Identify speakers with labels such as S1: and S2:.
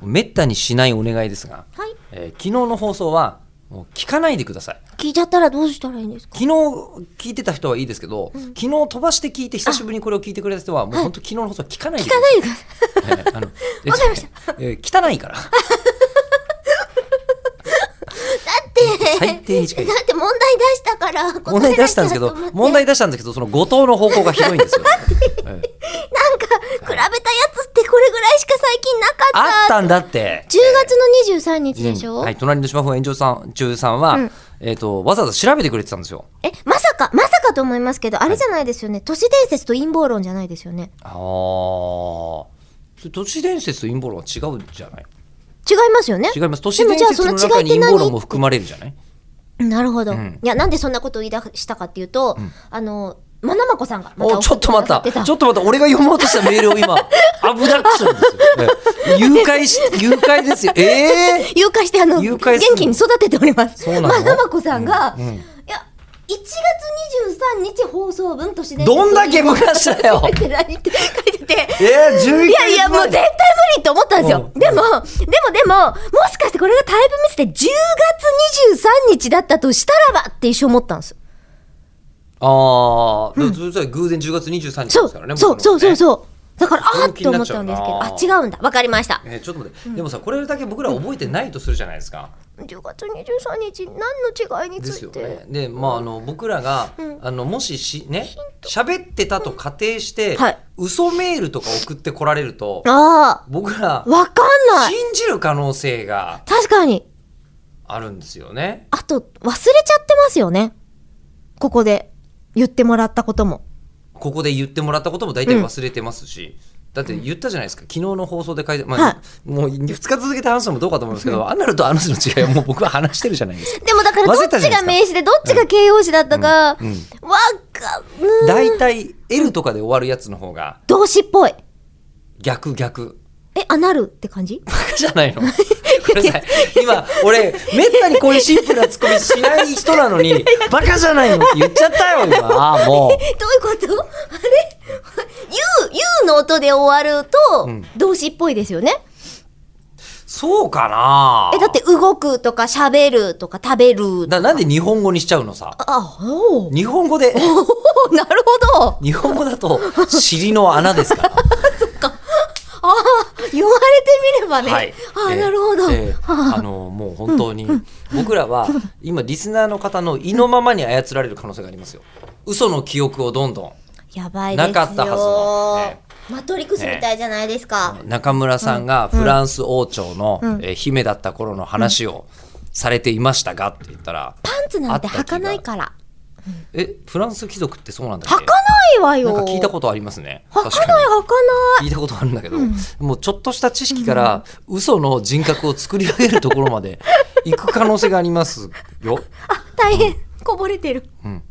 S1: めったにしないお願いですが、
S2: はい
S1: えー昨日の放送はもう聞かないでください
S2: 聞いちゃったらどうしたらいいんですか
S1: 昨日聞いてた人はいいですけど、昨日飛ばして聞いて久しぶりにこれを聞いてくれた人はもう本当昨日の放送は聞かないで
S2: 聞かないでください
S1: ださい、えー あのえ
S2: わかりまし
S1: えー汚い から最低に近い
S2: だって問題出したから
S1: 問題出したんですけど問題出したんですけどその後藤の方向がひどいんです よ、えー
S2: なんか比べたやつってこれぐらいしか最近なかった
S1: あったんだって
S2: 10月の23日でしょ、
S1: うんはい、隣の芝生炎上さん中さんは、
S2: うん
S1: えー、とわざわざ調べてくれてたんですよ
S2: えまさかまさかと思いますけどあれじゃないですよね、都市伝説と陰謀論じゃないですよね
S1: ああ都市伝説と陰謀論は違うんじゃない
S2: 違いますよね
S1: 違います都市伝説の中に陰謀論も含まれるじゃない
S2: なるほど、
S1: ん
S2: いやなんでそんなことを言い出したかっていうと、あのまなまこさんがま
S1: おちょっと待った
S2: 送てくださ
S1: ちょっと待った俺が読もうとしたメールを 今アブダクションですよ、ええ誘拐し誘拐ですよええ
S2: 誘拐してあの
S1: 誘
S2: 元
S1: 拐する
S2: 気に育てております。
S1: そうなの
S2: まなまこさんが、
S1: うんうん
S2: いや1月23日放送分としてね
S1: どんだけ昔だよ
S2: 書いてないって書いてて。
S1: ええ11
S2: いやいやもう絶対無理と思ったんですよ。
S1: う
S2: でも、でもでも、もしかしてこれがタイプミスで10月23日だったとしたらばって一生思ったんです。
S1: ああ、それそれ偶然10月23日
S2: そ
S1: で
S2: う、
S1: すからね
S2: そうそうそう
S1: う
S2: そう。だから、あー
S1: 本
S2: っ
S1: 気
S2: て
S1: に
S2: 思
S1: なっ
S2: っ
S1: ちゃ
S2: た
S1: うんな
S2: ですけど、あ、違うんだ。わかりました。
S1: えーちょっと待って、でもさこれだけ僕ら覚えてないとするじゃないですか、
S2: 10月23日、何の違いに
S1: で
S2: つ
S1: す
S2: い
S1: よ
S2: て。
S1: ね。で、まあ、あの、僕らが、あの、もしし、ね、喋ってたと仮定して、
S2: はい
S1: 嘘メールとか送ってこられると、
S2: あ
S1: 僕ら
S2: あ、、わかんない。
S1: 信じる可能性が
S2: 確かに。
S1: あるんですよね。
S2: あと、忘れちゃってますよね。ここで言ってもらったことも。
S1: ここで言ってもらったことも大体忘れてますし、だって言ったじゃないですか、昨日の放送で書いて、まあ、
S2: は
S1: もう2日続けて話すのもどうかと思うんですけど、あんなのとあの人の違いはもう僕は話してるじゃないですか。
S2: でもだから、ど
S1: 忘れた
S2: っ
S1: じ
S2: ち
S1: ゃないです
S2: が
S1: か
S2: 名詞で、どっちが形容詞だったか、わ
S1: うんうん
S2: かんうん
S1: 大体 L とかで終わるやつの方が
S2: 動詞っぽい。
S1: 逆逆。
S2: え、あ、なるって感 じ
S1: じゃないの。ごめんなさい。今、俺、めったにこういうシンプルなツッコミしない人なの に、バカじゃないのって言っちゃったよ、今。ああ、も
S2: えどういうことあれ ?you, you の音で終わると、動詞っぽいですよね。
S1: う。そうかな
S2: え、だって、動くとか、喋るとか、食べる。
S1: な、なんで日本語にしちゃうのさ。
S2: あ、おー
S1: 日本語で、
S2: お ーなるほど。
S1: 日本語だと、尻の穴ですから。
S2: ああ、言われてみればね。
S1: はい。
S2: ああ、
S1: えー
S2: なるほど。
S1: えーあの、もう本当に、僕らは、今、リスナーの方の意のままに操られる可能性がありますよ。嘘の記憶をどんどん。
S2: やばいですよ。
S1: なかったはずのね
S2: マトリックスみたいじゃないですか。
S1: 中村さんがフランス王朝の、
S2: ん
S1: えー姫だった頃の話をされていましたがって言ったら、
S2: パンツなんて履かないから。
S1: えフランス貴族ってそうなんだっ
S2: 履
S1: け
S2: かないわよ。
S1: なんか聞いたことありますね
S2: 履
S1: 確か
S2: かない
S1: に
S2: 履かな
S1: 聞
S2: い。
S1: いたことあるんだけど、もうちょっとした知識から嘘の人格を作り上げるところまで行く可能性がありますよ。
S2: あ、大変。こぼれてる。
S1: うん